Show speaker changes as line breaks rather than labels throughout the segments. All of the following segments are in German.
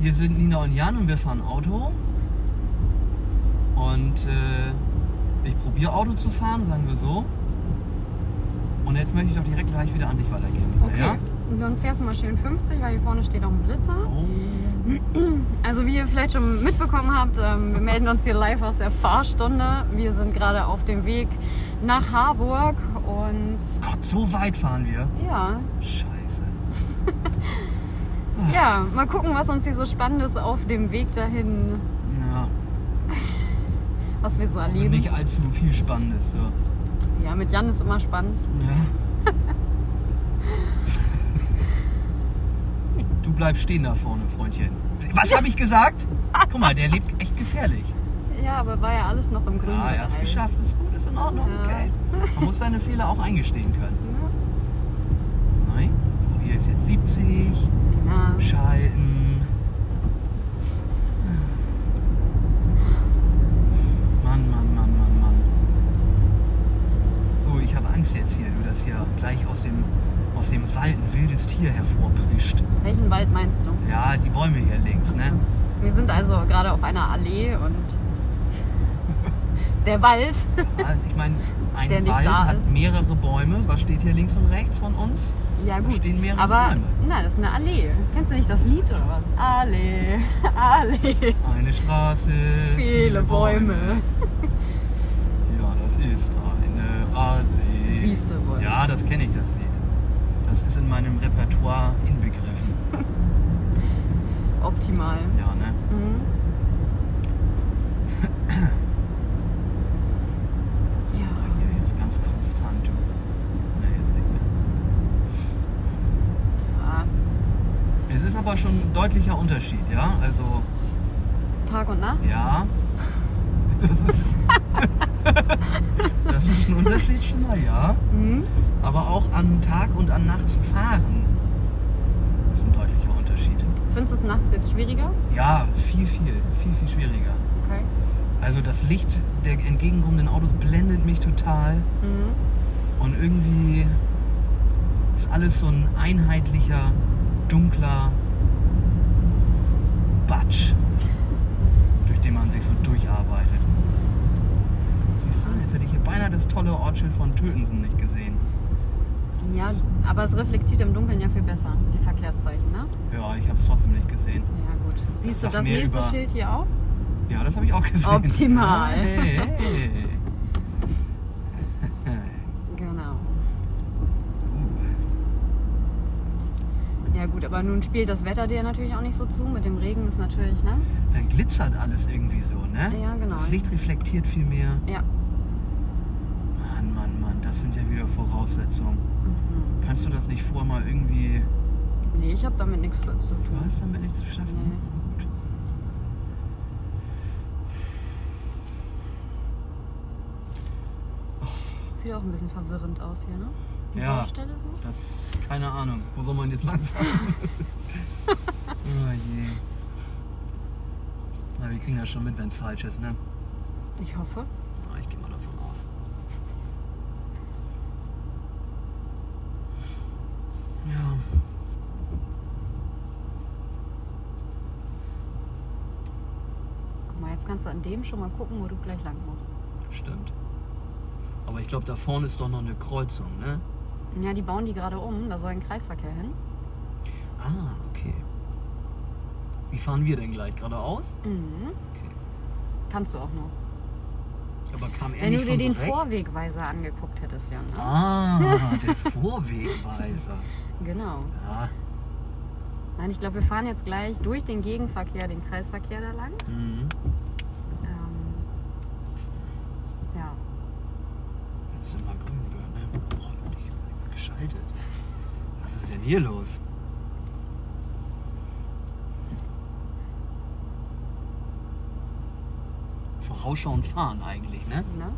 Hier sind Nina und Jan und wir fahren Auto. Und äh, ich probiere Auto zu fahren, sagen wir so. Und jetzt möchte ich doch direkt gleich wieder an dich weitergeben. Nina,
Okay.
Ja?
Und dann fährst du mal schön 50, weil hier vorne steht auch ein Blitzer.
Oh,
Also wie ihr vielleicht schon mitbekommen habt, ähm, wir melden uns hier live aus der Fahrstunde. Wir sind gerade auf dem Weg nach Harburg und
Gott, so weit fahren wir.
ja,
Scheiße.
ja, mal gucken, was uns hier so Spannendes auf dem Weg dahin,
Ja,
was wir so erleben.
nicht allzu viel Spannendes. So.
Ja, mit Jan ist immer spannend.
Ja. du bleibst stehen da vorne, Freundchen. Was habe ich gesagt? Guck mal, der lebt echt gefährlich.
Ja, aber war ja alles noch im Grünen.
Ah, er hat's
Bereich.
geschafft. Ist gut, ist in Ordnung.
Ja.
Okay. Man muss seine Fehler auch eingestehen können.
Ja.
Nein. So, hier ist jetzt 70.
Ja.
Schalten. Mann, Mann, Mann, Mann, Mann. So, ich habe Angst jetzt hier, du, dass hier gleich aus dem, aus dem Wald ein wildes Tier hervorbrischt.
Welchen Wald meinst du?
Ja, die Bäume hier links, ne?
Wir sind also gerade auf einer Allee und der Wald.
Ja, Ich meine, ein
Der nicht
Wald
da
hat
ist.
mehrere Bäume. Was steht hier links und rechts von uns?
Ja gut,
stehen mehrere
aber
Bäume.
na, das ist eine Allee. Kennst du nicht das Lied oder was? Allee, Allee,
Eine Straße,
viele Bäume.
Ja, das ist eine Allee.
Siehst du wohl.
Ja, das kenne ich, das Lied. Das ist in meinem Repertoire inbegriffen.
Optimal.
Ja, ne?
Mhm.
Ah,
Ja,
Hier ist ganz konstant. du. Ne, jetzt nicht mehr.
ja,
Es ist aber schon ein deutlicher Unterschied, ja? Also,
Tag und Nacht.
ja. Das ist. das ist ein Unterschied schon mal, ja.
Mhm.
Aber auch an Tag und an Nacht zu fahren ist ein deutlicher Unterschied.
Findest du es nachts jetzt schwieriger?
Ja, viel, viel, viel, viel schwieriger.
Okay.
Also das Licht der entgegenkommenden Autos blendet mich total
Mhm.
und irgendwie ist alles so ein einheitlicher, dunkler Batsch, durch den man sich so durcharbeitet. Siehst du, jetzt hätte ich hier beinahe das tolle Ortsschild von Tötensen nicht gesehen.
Ja, aber es reflektiert im Dunkeln ja viel besser, die Verkehrszeichen, ne?
Ja, ich habe es trotzdem nicht gesehen.
Ja, gut. Siehst du
sagt
das
mehr
nächste
über-
Schild hier auch?
Ja, das habe ich auch gesehen.
Optimal.
Hey.
Genau.
Uh,
Ja, gut, aber nun spielt das Wetter dir natürlich auch nicht so zu. Mit dem Regen ist natürlich, ne?
Dann glitzert alles irgendwie so, ne?
Ja, genau.
Das Licht reflektiert viel mehr.
Ja.
Mann, Mann, Mann, das sind ja wieder Voraussetzungen.
Mhm.
Kannst du das nicht vorher mal irgendwie.
Nee, ich habe damit nichts zu
Du
tun.
hast damit nichts zu schaffen? Oh,
Nee.
Gut.
Sieht auch ein bisschen verwirrend aus hier, ne? Die
Ja.
Baustelle so.
Das. Keine Ahnung. Wo soll man jetzt langfahren? oh je. Na, wir kriegen das schon mit, wenn es falsch ist, ne?
Ich hoffe.
Na, ich gehe mal davon aus. Ja.
Guck mal, jetzt kannst du an dem schon mal gucken, wo du gleich lang musst.
Stimmt. Aber ich glaube, da vorne ist doch noch eine Kreuzung, ne?
Ja, die bauen die gerade um. Da soll ein Kreisverkehr hin.
Ah, okay. Wie fahren wir denn gleich? Geradeaus?
Mhm.
Okay.
Kannst du auch noch.
Aber kam er
Wenn
nicht
du
von
dir den
so rechts?
Vorwegweiser angeguckt hättest, Jan. Ne?
Ah, der Vorwegweiser.
Genau.
Ja.
Nein, ich glaube, wir fahren jetzt gleich durch den Gegenverkehr, den Kreisverkehr da lang.
Mhm.
Ähm, ja.
Wenn es denn mal grün wird, ne? Oh, ich bin geschaltet. Was ist denn hier los? Vorausschauen fahren eigentlich, ne?
Ne?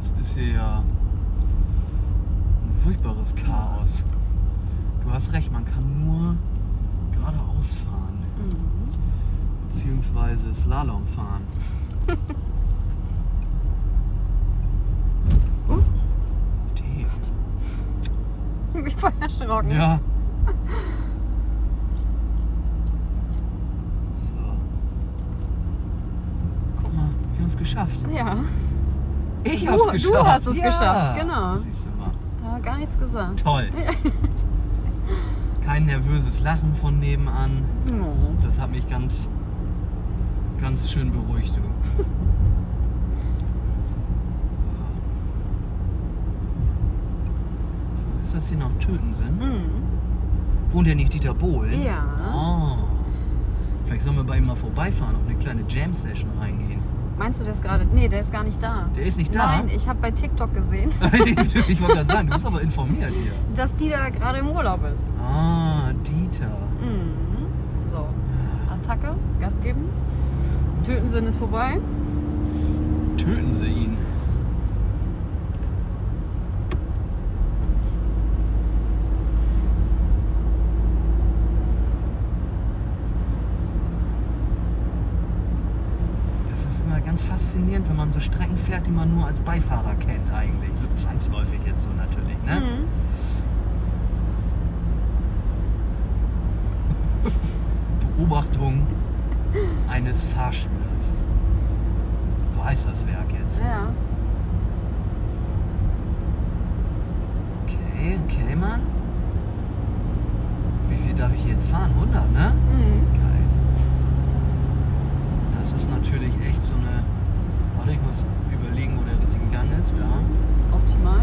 Das ist hier ja ein furchtbares Chaos. Du hast recht, man kann nur geradeaus fahren,
Mhm.
beziehungsweise Slalom fahren. Oh. Die.
Ich bin voll erschrocken.
Ja. So. Guck mal, wir haben es geschafft.
Ja,
Ich
Du-
hab's
du
geschafft.
hast es geschafft, genau.
Siehst du mal.
da hat gar nichts gesagt.
Toll. Kein nervöses Lachen von nebenan.
Oh.
Das hat mich ganz, ganz schön beruhigt. Du. So. Ist das hier noch Tötensinn?
Mhm.
Wohnt ja nicht Dieter Bohlen?
Ja.
Oh. Vielleicht sollen wir bei ihm mal vorbeifahren und eine kleine Jam-Session reingehen.
Meinst du das gerade? Nee, der ist gar nicht da.
Der ist nicht da?
Nein, ich habe bei TikTok gesehen,
ich wollte gerade sagen, du bist aber informiert hier.
dass die da gerade im Urlaub ist.
Ah, Dieter.
Mhm. So, Attacke, Gas geben. Tötensinn ist vorbei.
Töten sie ihn. Das ist immer ganz faszinierend, wenn man so Strecken fährt, die man nur als Beifahrer kennt eigentlich. Zwangsläufig jetzt so natürlich, ne?
Mhm.
Beobachtung eines Fahrschülers. So heißt das Werk jetzt.
Ja.
Okay, okay, Mann. Wie viel darf ich jetzt fahren? 100, ne?
Mhm.
Geil. Das ist natürlich echt so eine. Warte, ich muss überlegen, wo der richtige Gang ist. Da.
Optimal.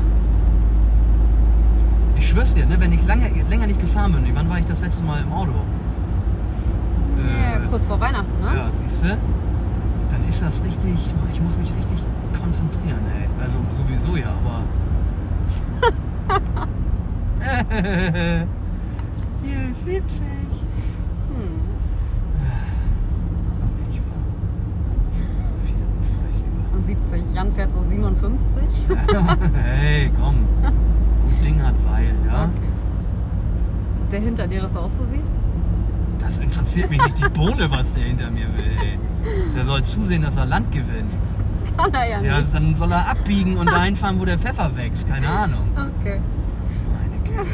Ich schwör's dir, ne, wenn ich lange, länger nicht gefahren bin, wann war ich das letzte Mal im Auto?
Ja, kurz vor Weihnachten, ne?
Äh. Ja, siehst du? Dann ist das richtig. Ich muss mich richtig konzentrieren, ey. Also sowieso ja, aber. Hier ist 70.
Hm.
Ich war. Vielleicht lieber.
70. Jan fährt so 57.
hey, komm. Gut Ding hat Weil, ja?
Okay. Ob der hinter dir das auch so sieht?
Das interessiert mich nicht die Bohne, was der hinter mir will, ey. Der soll zusehen, dass er Land gewinnt.
Kann er ja
Ja,
nicht.
dann soll er abbiegen und dahin fahren, wo der Pfeffer wächst. Keine Ahnung.
Okay.
Meine Güte.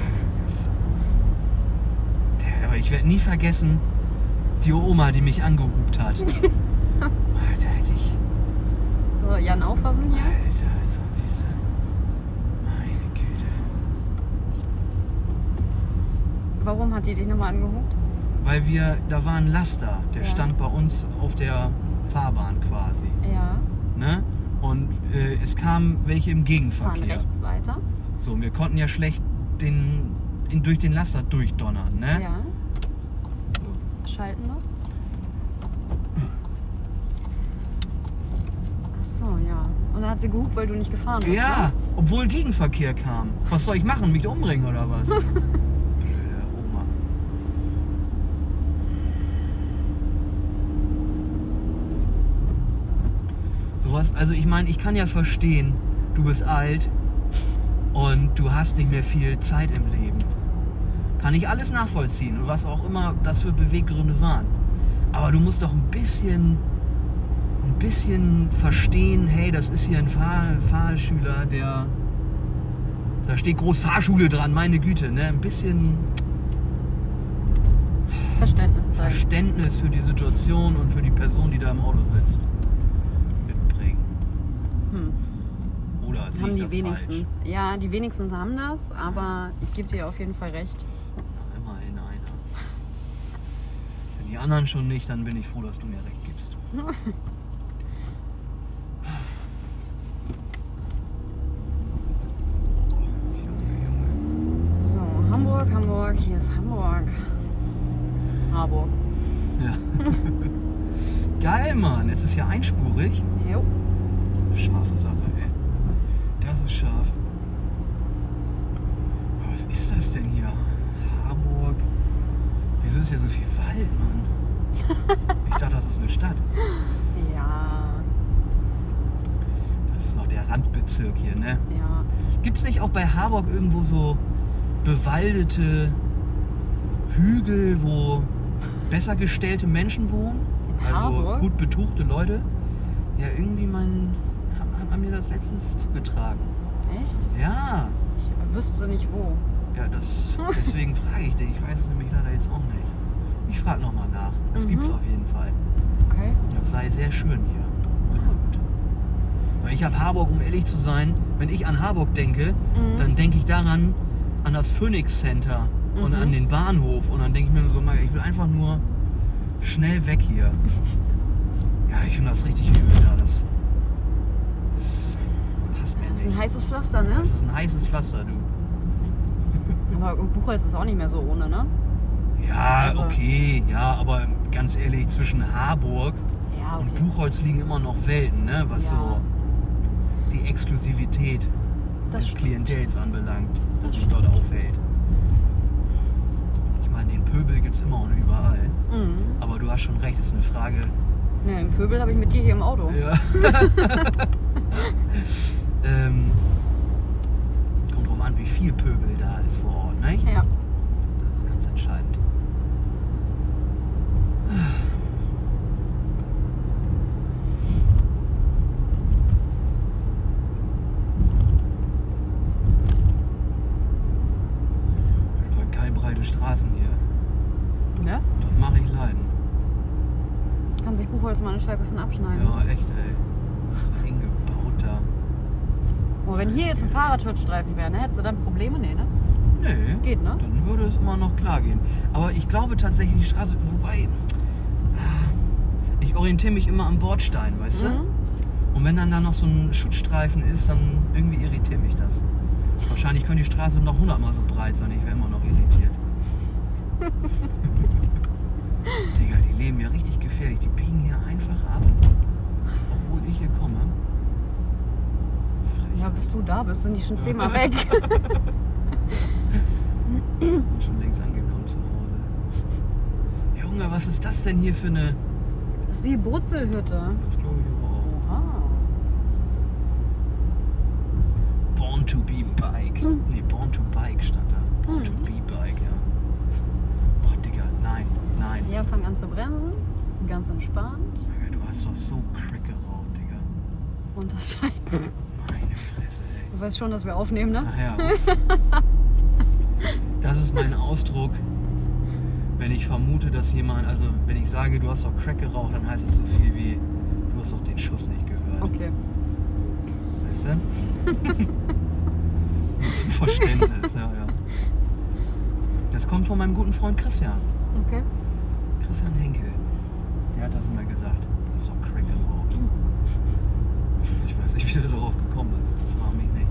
Der, aber ich werde nie vergessen, die Oma, die mich angehupt hat. Alter, hätte ich.
So, Jan, aufpassen hier.
Alter, so, siehst du. Meine Güte.
Warum hat die dich nochmal angehupt?
Weil wir, da war ein Laster, der
Ja.
stand bei uns auf der Fahrbahn quasi.
Ja.
Ne? Und äh, es kamen welche im
Fahren
Gegenverkehr.
rechts weiter.
So, und wir konnten ja schlecht den, in, durch den Laster durchdonnern, ne?
Ja.
So.
Schalten noch. Ach so, ja. Und dann hat sie gehupt, weil du nicht gefahren bist.
Ja,
Ne?
obwohl Gegenverkehr kam. Was soll ich machen? Mich umbringen oder was? Blöde Oma. Sowas, also ich meine, ich kann ja verstehen, du bist alt und du hast nicht mehr viel Zeit im Leben. Kann ich alles nachvollziehen und was auch immer das für Beweggründe waren. Aber du musst doch ein bisschen ein bisschen verstehen, hey, das ist hier ein Fahr Fahrschüler, der. Da steht groß Fahrschule dran, meine Güte, ne? Ein bisschen
Verständnis zeigen.
Verständnis für die Situation und für die Person, die da im Auto sitzt. Mitbringen.
Hm.
Oder sehe
Haben
ich
die
das
wenigstens.
falsch?
Ja, die wenigstens haben das, aber ich gebe dir auf jeden Fall recht.
Na, immerhin einer. Wenn die anderen schon nicht, dann bin ich froh, dass du mir recht gibst. Junge, Junge.
So, Hamburg, Hamburg, hier ist Hamburg. Harburg.
Ja. Geil, Mann. Jetzt ist ja einspurig.
Jo.
Scharfe Sache, ey. Das ist scharf. Aber Was ist das denn hier? Harburg. Wieso ist hier so viel Wald, Mann? Ich dachte, das ist eine Stadt.
Ja,
Das ist noch der Randbezirk hier, ne?
ja.
Gibt es nicht auch bei Harburg irgendwo so bewaldete Hügel, wo besser gestellte Menschen wohnen?
In
also
Harburg?
gut betuchte Leute? Ja, irgendwie mein. Hat, hat man mir das letztens zugetragen.
Echt?
Ja.
Ich wüsste nicht wo.
Ja, das. Deswegen frage ich dich. Ich weiß es nämlich leider jetzt auch nicht. Ich frage nochmal nach. Das
Mhm.
gibt's auf jeden Fall.
Okay.
Das sei sehr schön hier. Na gut. Weil ich habe Harburg, um ehrlich zu sein, wenn ich an Harburg denke,
Mhm.
dann denke ich daran, an das Phoenix Center und
Mhm.
an den Bahnhof. Und dann denke ich mir nur so, Mann, ich will einfach nur schnell weg hier. Ja, ich finde das richtig übel da. Das, das passt mir
Das ist ein
nicht.
heißes Pflaster, ne?
Das ist ein heißes Pflaster, du.
Aber Buchholz ist auch nicht mehr so ohne, ne?
Ja,
Also-
okay, ja, aber ganz ehrlich, zwischen Harburg
Ja,
und
okay.
Buchholz liegen immer noch Welten, ne? was
Ja.
so die Exklusivität
Das
des
stimmt.
Klientels anbelangt, das
Das
sich dort aufhält. Ich meine, den Pöbel gibt es immer und überall.
Mhm.
Aber du hast schon recht, ist eine Frage.
Ne, im Pöbel habe ich mit dir hier im Auto.
Ja. ähm, kommt drauf an, wie viel Pöbel da ist vor Ort, ne?
Ja.
Das ist ganz entscheidend. Voll keilbreite Straßen hier.
Ne?
Das mache ich leiden.
Kann sich Buchholz mal eine Scheibe von abschneiden.
Ja, echt, ey. So eng gebaut da.
Oh, wenn hier jetzt ein Fahrradschutzstreifen wäre, ne? Hättest du dann Probleme? Nee, ne?
Nee.
Geht, ne?
Dann würde es immer noch klar gehen. Aber ich glaube tatsächlich, die Straße. Wobei. ah, Ich orientiere mich immer am Bordstein, weißt du?
Mhm.
Und wenn dann da noch so ein Schutzstreifen ist, dann irgendwie irritiert mich das. Wahrscheinlich könnte die Straße noch hundertmal so breit sein, ich wäre immer noch irritiert. Digga, die leben ja richtig gefährlich. Die biegen hier einfach ab. Obwohl ich hier komme.
Ja, bis du da bist, sind die schon zehnmal weg.
bin schon längst angekommen zu Hause. Junge, was ist das denn hier für eine.
Das ist die Brutzelhütte.
Das glaube ich aber auch.
Oha.
Born to be Bike.
Hm.
Nee, Born to Bike stand da. Born
Hm.
to be Bike, ja. Boah, Digga, nein, nein.
Ja, fang an zu bremsen. Ganz entspannt.
Digga, Du hast doch so Crack geraubt, Digga.
Unterscheiden.
Meine Fresse, ey.
Du weißt schon, dass wir aufnehmen, ne?
Ach ja. ups. Das ist mein Ausdruck, wenn ich vermute, dass jemand, also wenn ich sage, du hast doch Crack geraucht, dann heißt das so viel wie, du hast doch den Schuss nicht gehört.
Okay.
Weißt du? Nur Zum Verständnis, ja, ja. Das kommt von meinem guten Freund Christian.
Okay.
Christian Henkel. Der hat das immer gesagt. Das ist doch Crack geraucht. Ich weiß nicht, wie der darauf gekommen ist. Frag mich nicht.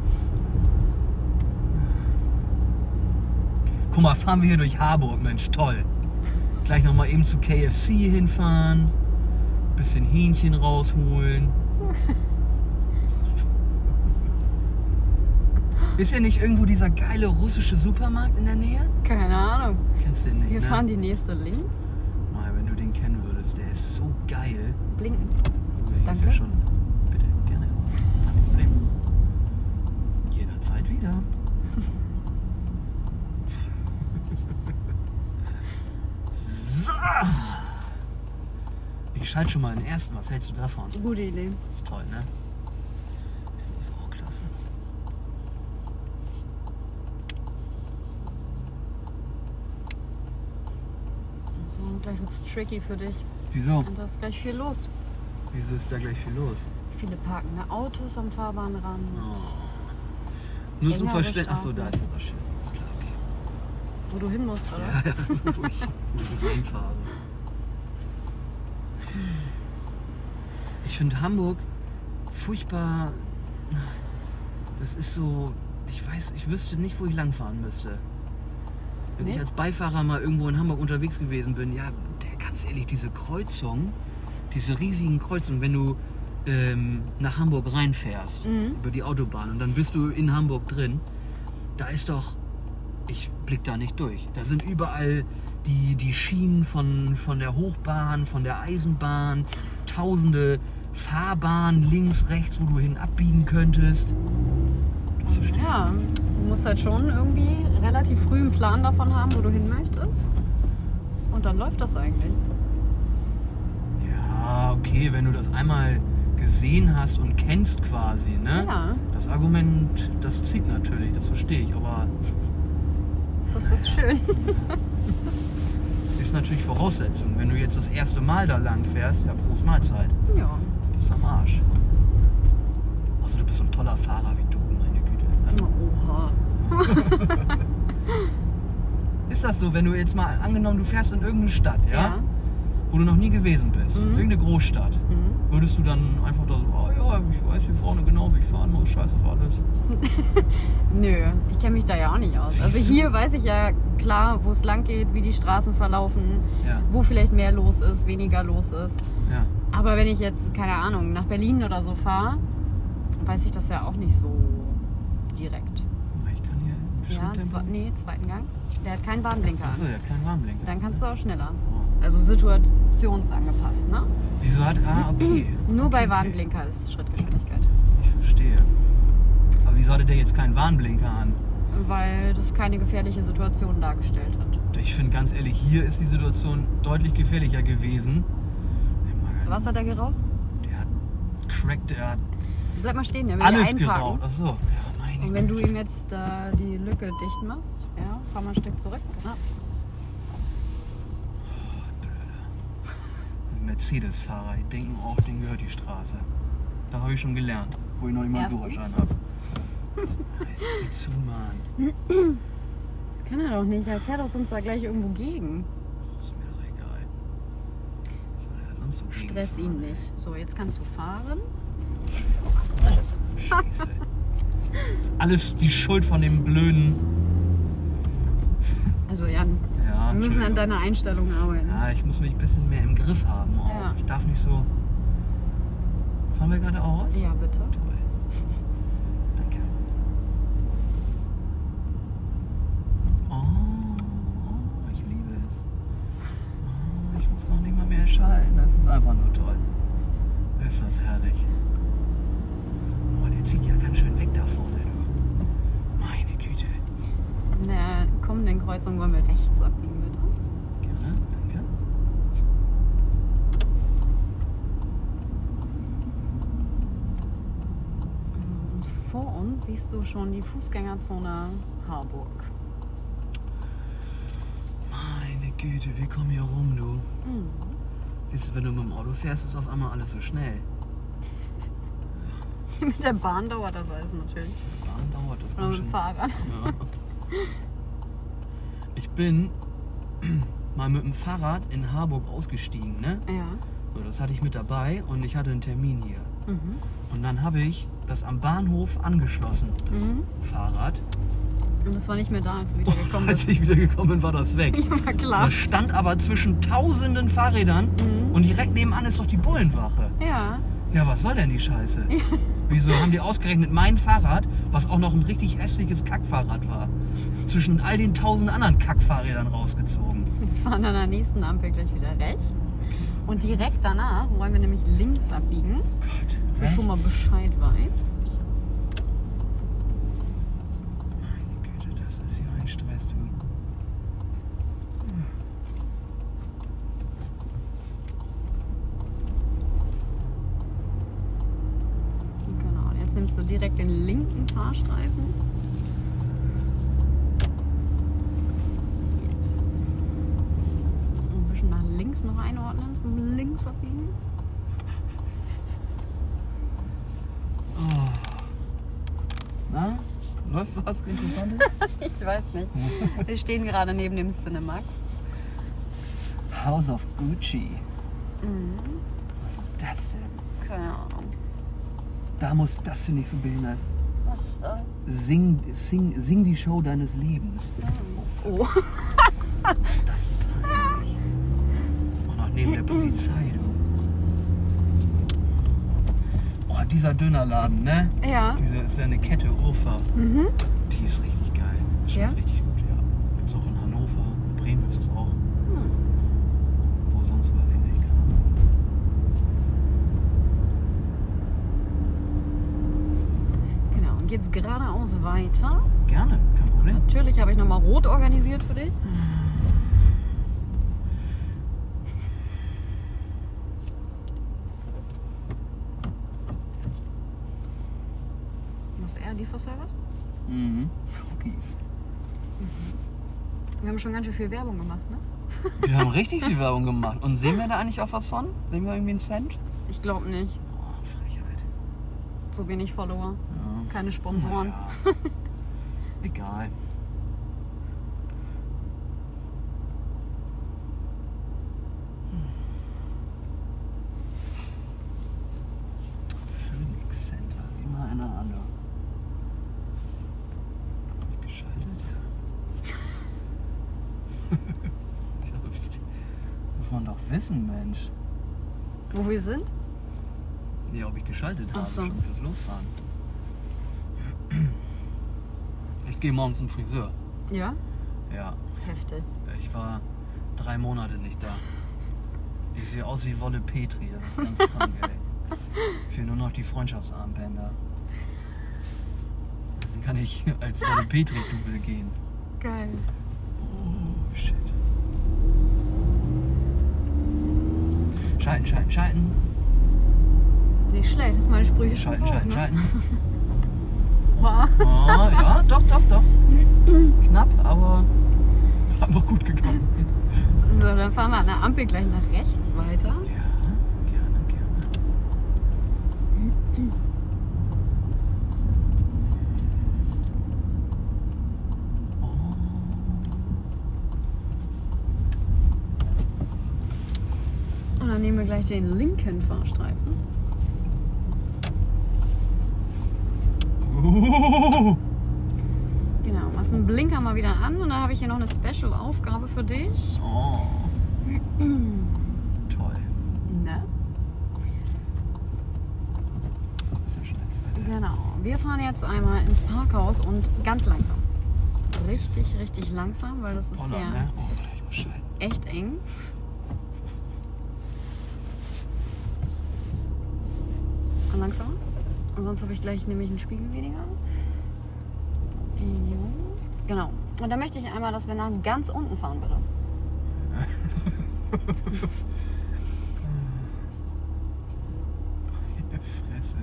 Guck mal, fahren wir hier durch Harburg, Mensch, toll. Gleich nochmal eben zu KFC hinfahren. Bisschen Hähnchen rausholen. Ist ja nicht irgendwo dieser geile russische Supermarkt in der Nähe?
Keine Ahnung.
Kennst du den nicht?
Wir
ne?
fahren die nächste links.
Mal, wenn du den kennen würdest, der ist so geil.
Blinken.
Der hieß Ja
Danke.
schon. Bitte, gerne. Kein Problem. Jederzeit wieder. so! Ich schalte schon mal den ersten. Was hältst du davon?
Gute Idee.
Ist toll, ne? Ist auch klasse.
So, gleich wird's tricky für dich.
Wieso?
Und da ist gleich viel los.
Wieso ist da gleich viel los?
Viele parkende Autos am Fahrbahnrand.
Oh. Nur zum
Engere
Verständnis. Achso, da
Straßen.
ist aber schön. Ist klar, okay.
Wo du hin musst, oder?
Ja, ja, wo ich, wo ich hinfahre. Ich finde Hamburg furchtbar. Das ist so. Ich weiß, ich wüsste nicht, wo ich langfahren müsste. Wenn ich
Nee?
als Beifahrer mal irgendwo in Hamburg unterwegs gewesen bin, ja, der, ganz ehrlich, diese Kreuzung, diese riesigen Kreuzungen, wenn du ähm, nach Hamburg reinfährst,
Mhm.
über die Autobahn und dann bist du in Hamburg drin, da ist doch ich blick da nicht durch. Da sind überall die, die Schienen von, von der Hochbahn, von der Eisenbahn, tausende Fahrbahnen links, rechts, wo du hin abbiegen könntest. Das verstehe ich
Ja,
nicht.
du musst halt schon irgendwie relativ früh einen Plan davon haben, wo du hin möchtest. Und dann läuft das eigentlich.
Ja, okay, wenn du das einmal gesehen hast und kennst quasi, ne?
Ja.
Das Argument, das zieht natürlich, das verstehe ich, aber
Das ist schön.
ist natürlich Voraussetzung. Wenn du jetzt das erste Mal da lang fährst, ja, Prost Mahlzeit.
Ja.
Du bist am Arsch. Also du bist so ein toller Fahrer wie du, meine Güte.
Oha.
Ist das so, wenn du jetzt mal angenommen, du fährst in irgendeine Stadt, ja? Wo du noch nie gewesen bist,
Mhm.
irgendeine Großstadt,
Mhm.
würdest du dann einfach da so, oh ja, ich weiß hier vorne genau, wie ich fahren muss, scheiß auf alles.
Nö, ich kenne mich da ja auch nicht aus. Also
Siehst du?
hier weiß ich ja klar, wo es lang geht, wie die Straßen verlaufen,
Ja,
wo vielleicht mehr los ist, weniger los ist.
ja.
Aber wenn ich jetzt, keine Ahnung, nach Berlin oder so fahre, weiß ich das ja auch nicht so direkt.
Guck mal, Ich kann hier
Ja, zwe
Schritttempo.
nee, zweiten Gang. Der hat keinen Warnblinker
Achso,
an.
der hat keinen Warnblinker.
Dann kannst du auch schneller.
Oh.
Also situationsangepasst, ne?
Wieso hat. Ah, okay.
Nur bei
Okay.
Warnblinker ist Schrittgeschwindigkeit.
Ich verstehe. Aber wieso hatte der jetzt keinen Warnblinker an?
Weil das keine gefährliche Situation dargestellt hat.
Ich finde ganz ehrlich, hier ist die Situation deutlich gefährlicher gewesen. Ey, Mann,
Was hat er geraucht?
Der hat cracked, der hat
Bleib mal stehen, der will
alles
hier einparken.
geraucht. Achso. Ja, meine
Und wenn du
Güte.
ihm jetzt äh, die Lücke dicht machst, ja, fahr mal ein Stück zurück. Na,
Mercedes-Fahrer, die denken auch, denen gehört die Straße. Da habe ich schon gelernt, wo ich noch nicht mal einen
Erstens.
Führerschein habe. Jetzt sieh zu, Mann.
kann er doch nicht, er fährt doch sonst da gleich irgendwo gegen.
Ist mir doch egal. Soll er sonst so gegen
Stress
fahren,
ihn nicht. So, jetzt kannst du fahren.
ey? Scheiße. Alles die Schuld von dem blöden.
Also Jan,
Ja,
wir müssen an
Entschuldigung.
deiner Einstellung arbeiten.
Ja, ich muss mich ein bisschen mehr im Griff haben auch.
Ja.
Ich darf nicht so. Fahren wir gerade aus?
Ja, bitte.
Toll. Danke. Oh, oh, ich liebe es. Oh, ich muss noch nicht mal mehr schalten. Das ist einfach nur toll. Ist das herrlich. Oh, der zieht ja ganz schön weg da vorne, du. Meine Güte.
In der kommenden Kreuzung wollen wir rechts abbiegen, bitte.
Gerne, danke.
Und vor uns siehst du schon die Fußgängerzone Harburg.
Meine Güte, wir kommen hier rum, du.
Mhm.
Siehst du, wenn du mit dem Auto fährst, ist auf einmal alles so schnell.
Mit der Bahn dauert das alles natürlich.
Bahn dauert das
Oder
ganz
mit dem
schön.
Fahrrad.
Ja. Ich bin mal mit dem Fahrrad in Harburg ausgestiegen, ne?
Ja.
So, das hatte ich mit dabei und ich hatte einen Termin hier.
Mhm.
Und dann habe ich das am Bahnhof angeschlossen, das
Mhm.
Fahrrad.
Und das war nicht mehr da, als du wieder
Und
gekommen bist.
als ich wieder gekommen bin, war das weg.
Ja, war
Und
klar.
das stand aber zwischen tausenden Fahrrädern
Mhm.
und direkt nebenan ist doch die Bullenwache.
Ja.
Ja, was soll denn die Scheiße? Wieso haben die ausgerechnet mein Fahrrad, was auch noch ein richtig hässliches Kackfahrrad war, zwischen all den tausend anderen Kackfahrrädern rausgezogen?
Wir fahren an der nächsten Ampel gleich wieder rechts. Und direkt danach wollen wir nämlich links abbiegen,
Gott,
dass du schon mal
rechts?
Bescheid weißt.
Meine Güte, das ist ja ein Stress, du.
Genau, und jetzt nimmst du direkt den linken Fahrstreifen. Yes. Und Ein bisschen nach links noch einordnen, zum links abbiegen.
Oh. Na, läuft was Interessantes?
Ich weiß nicht. Wir stehen gerade neben dem Cinemax.
House of Gucci.
Mhm.
Was ist das denn?
Keine Ahnung.
Da muss, das finde ich so behindert.
Was ist das?
Sing, sing, sing die Show deines Lebens.
Oh.
Das ist peinlich. Und noch neben der Polizei, du. Oh, dieser Dönerladen, ne?
Ja.
Diese ist ja eine Kette Urfa.
Mhm.
Die ist richtig geil. Schmeckt
Ja?
richtig gut, ja. Gibt's auch in Hannover. In Bremen ist es auch.
Hm.
Wo sonst weiß ich nicht. Keine Ahnung.
Genau, und geht's geradeaus weiter.
Gerne, kein Problem.
Natürlich habe ich nochmal rot organisiert für dich. Mhm. Wir haben schon ganz schön viel Werbung gemacht, ne?
Wir haben richtig viel Werbung gemacht. Und sehen wir da eigentlich auch was von? Sehen wir irgendwie einen Cent?
Ich glaube nicht.
Oh, Frechheit.
Zu wenig Follower,
Ja.
keine Sponsoren.
Naja. Egal. Phoenix Center, sieh mal einer an. da. Geschaltet, ja. Ich hab richtig- Muss man doch wissen, Mensch.
Wo wir sind?
Nee, ob ich geschaltet habe,
Ach so.
schon fürs Losfahren. Ich gehe morgen zum Friseur.
Ja?
Ja,
Heftig.
ich war drei Monate nicht da. Ich sehe aus wie Wolle Petri, das ist ganz krank, ey. Fehlen nur noch die Freundschaftsarmbänder. Dann kann ich als Wolle Petri-Double gehen.
Geil.
Oh, shit. Schalten, schalten, schalten.
Nicht schlecht, hast meine Sprüche schon
Schalten,
drauf,
schalten,
ne?
schalten.
Wow.
Ah, ja, doch, doch, doch. Knapp, aber hat noch gut gegangen.
So, dann fahren wir an der Ampel gleich nach rechts weiter.
Ja, gerne, gerne. Oh,
Und dann nehmen wir gleich den linken Fahrstreifen.
Uhuhuhu.
Genau, machst den Blinker mal wieder an und dann habe ich hier noch eine Special-Aufgabe für dich.
oh toll.
Ne?
Das ist ja schon der zweite.
Genau. Wir fahren jetzt einmal ins Parkhaus und ganz langsam. Richtig, richtig langsam, weil das ist
Holler,
ja
ne? Oh, Gott, ich muss schalten.
echt eng. Und langsam. Und sonst habe ich gleich nämlich einen Spiegel weniger. Jo. Genau. Und da möchte ich einmal, dass wir nach ganz unten fahren, bitte.
Meine Fresse.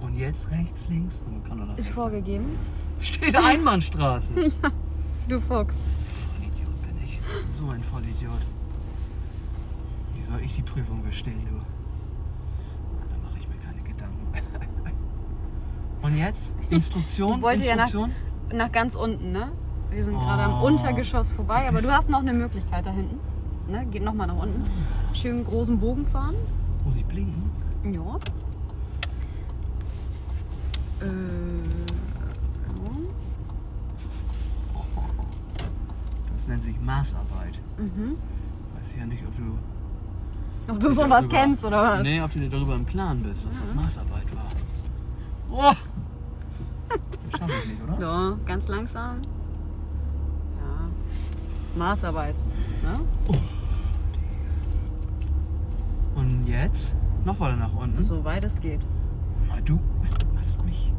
Und jetzt rechts, links? Oh, kann doch das
Ist
nicht
vorgegeben.
sein. Steht Einbahnstraße.
Du Fuchs.
Vollidiot bin ich. So ein Vollidiot. Wie soll ich die Prüfung bestehen, du? Na, Da mache ich mir keine Gedanken. Und jetzt? Instruktion?
Ich wollte ja nach-
Instruktion?
Nach ganz unten, ne? Wir sind
Oh.
gerade am Untergeschoss vorbei, aber
bist-
du hast noch eine Möglichkeit da hinten. Ne? Geht nochmal nach unten. Schön großen Bogen fahren.
Muss ich blinken?
Ja. Äh, ja.
Das nennt sich Maßarbeit.
Mhm.
Weiß ich ja nicht, ob du.
Ob du sowas kennst oder was?
Nee, ob du dir darüber im Klaren bist, dass das Maßarbeit war. Boah! Das schaffe ich nicht, oder?
Ja, ganz langsam. Ja. Maßarbeit. Ne?
Und jetzt? Noch weiter nach unten.
Soweit es geht.
Mal du, hast du mich?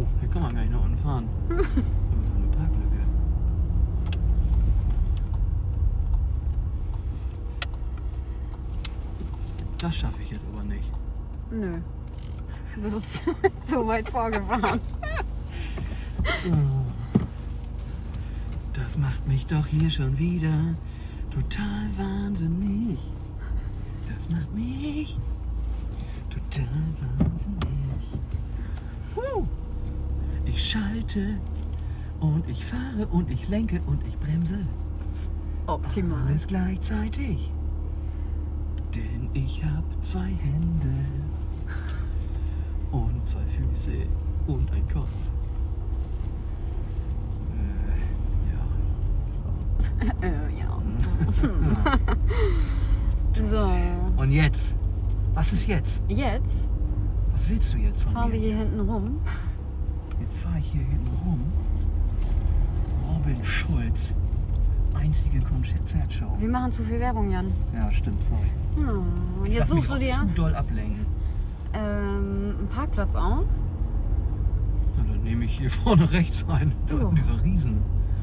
Oh, hier kann man gar nicht nach unten fahren. Da ist eine Parklücke. Das schaffe ich jetzt aber nicht.
Nö. Du bist so weit vorgefahren.
Das macht mich doch hier schon wieder total wahnsinnig. Das macht mich total wahnsinnig. Huh. Ich schalte und ich fahre und ich lenke und ich bremse.
Optimal.
Alles gleichzeitig. Denn ich hab zwei Hände und zwei Füße und ein Kopf. Äh, ja.
Äh, ja. Hm. So.
Und jetzt? Was ist jetzt?
Jetzt
Was willst du jetzt von
fahren wir
mir?
hier hinten rum.
Jetzt fahre ich hier hinten rum. Robin Schulz. Einzige Konzertshow.
Wir machen zu viel Werbung, Jan.
Ja, stimmt, sorry.
Hm.
Ich
Jetzt
lass mich
suchst du
auch
dir Mhm.
Zu doll ablenken.
ähm, einen Parkplatz aus.
Na, dann nehme ich hier vorne rechts ein. Da
Oh.
hinten dieser Riesen.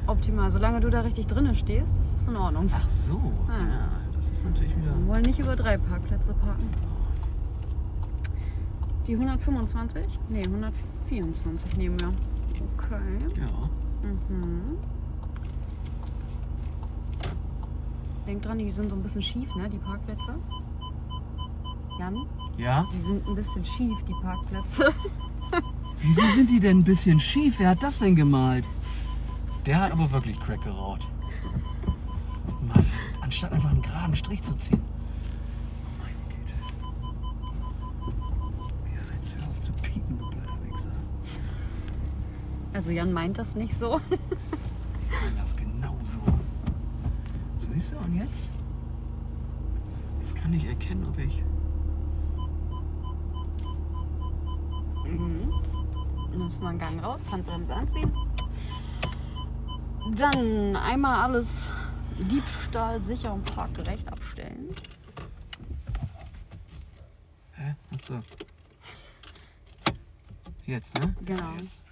Optimal. Solange du da richtig drinnen stehst, ist es in Ordnung.
Ach so.
Ah.
Ja, das ist natürlich wieder.
Wir wollen nicht über drei Parkplätze parken. Die 125? Nee, 124 nehmen wir. Okay.
Ja.
Mhm. Denk dran, die sind so ein bisschen schief, ne, die Parkplätze. Jan,
Ja?
die sind ein bisschen schief, die Parkplätze.
Wieso sind die denn ein bisschen schief? Wer hat das denn gemalt? Der hat aber wirklich Crack geraucht. Mann, anstatt einfach einen geraden Strich zu ziehen. Oh meine Güte. Ja, jetzt hör auf zu piepen, du blöder Wichser.
Also Jan meint das nicht so.
Nein, das ist genauso. So ist er und jetzt? Ich kann nicht erkennen, ob ich.
Mhm. Nimmst mal einen Gang raus, Handbremse anziehen. Dann einmal alles diebstahlsicher und parkgerecht abstellen.
Hä? Achso. Jetzt, ne?
Genau.
Jetzt.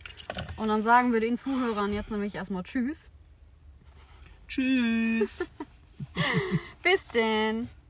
Und dann sagen wir den Zuhörern jetzt nämlich erstmal Tschüss.
Tschüss.
Bis denn!